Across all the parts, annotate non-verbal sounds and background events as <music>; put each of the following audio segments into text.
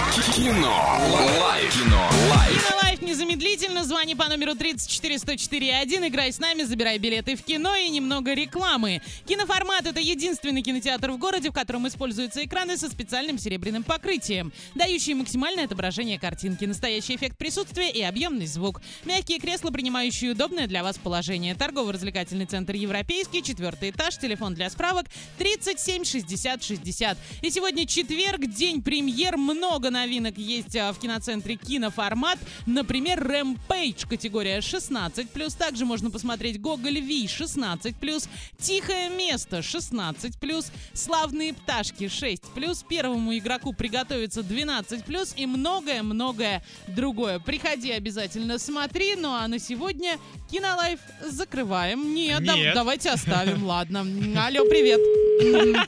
Кино. Лайф. Кино. Лайф. Кинолайф незамедлительно. Звони по номеру 34104.1. Играй с нами, забирай билеты в кино и немного рекламы. Киноформат — это единственный кинотеатр в городе, в котором используются экраны со специальным серебряным покрытием, дающие максимальное отображение картинки, настоящий эффект присутствия и объемный звук. Мягкие кресла, принимающие удобное для вас положение. Торгово-развлекательный центр «Европейский», четвертый этаж, телефон для справок 37 60 60. И сегодня четверг, день премьер, много новинок есть а, в киноцентре «Киноформат». Например, «Рэмпейдж» категория 16+. Также можно посмотреть «Гоголь Ви» 16+, «Тихое место» 16+, «Славные пташки» 6+, «Первому игроку приготовиться» 12+, и многое-многое другое. Приходи обязательно, смотри. Ну а на сегодня «Кинолайф» закрываем. Нет, да- Нет. давайте оставим, ладно. Алло, привет.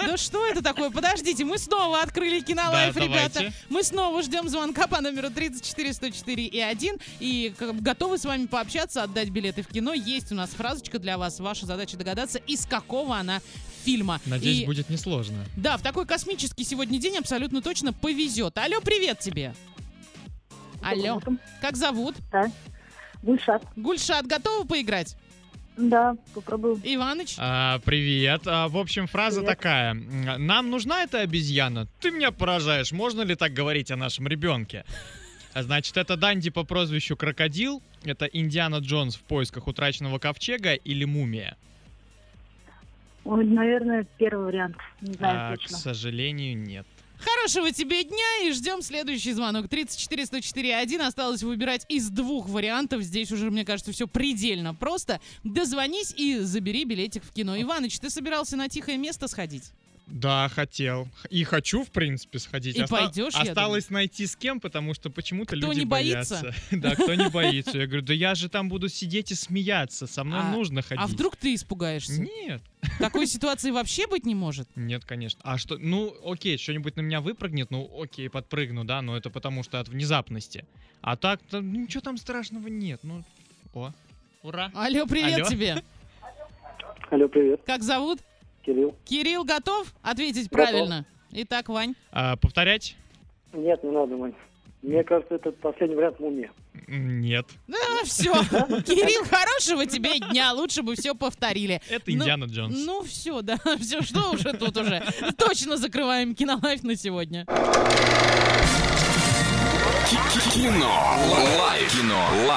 Да что это такое? Подождите, мы снова открыли кинолайф, Да, ребята. давайте. Мы снова ждем звонка по номеру 34104 и 1 и как бы, готовы с вами пообщаться, отдать билеты в кино. Есть у нас фразочка для вас. Ваша задача догадаться, из какого она фильма. Надеюсь, И- будет несложно. Да, в такой космический сегодня день абсолютно точно повезет. Алло, привет тебе. Алло. Как зовут? Гульшат. Гульшат, готова поиграть? Да, попробую. Иваныч? А, привет. А, в общем, фраза Привет. такая. М, Нам нужна эта обезьяна? Ты меня поражаешь. Можно ли так говорить о нашем ребенке? А, Значит, это Данди по прозвищу Крокодил, это Индиана Джонс в поисках утраченного ковчега или Мумия? Ой, наверное, первый вариант. Не знаю А, к точно. сожалению, нет. Хорошего тебе дня и ждем следующий звонок. 34104.1 осталось выбирать из двух вариантов. Здесь уже, мне кажется, все предельно просто. Дозвонись и забери билетик в кино. Иваныч, ты собирался на тихое место сходить? Да, хотел. Х- И хочу, в принципе, сходить. И пойдёшь, я Осталось найти с кем, потому что почему-то Кто люди не боится? боятся. <laughs> Да, кто не боится. Я говорю, да я же там буду сидеть и смеяться. Со мной А- нужно ходить. А вдруг ты испугаешься? Нет, Такой ситуации вообще быть не может. нет, конечно. А что, ну, окей, что-нибудь на меня выпрыгнет, ну, окей, подпрыгну, да, но это потому что от внезапности. А так, то ничего там страшного нет, ну, о, ура. Алло, привет Алло. тебе. Алло, привет, Как зовут? Кирилл. Кирилл, готов ответить Готов. правильно? Итак, Вань. А, повторять? Нет, не надо, Вань. Мне кажется, это последний вариант мумия. М, Нет. все. Кирилл, хорошего тебе дня. Лучше бы все повторили. Это Ну, Индиана Джонс. Ну все, да, <laughs> все, что уже тут уже. Точно закрываем кинолайф на сегодня. Кино. Лайф. Кино. Лайф.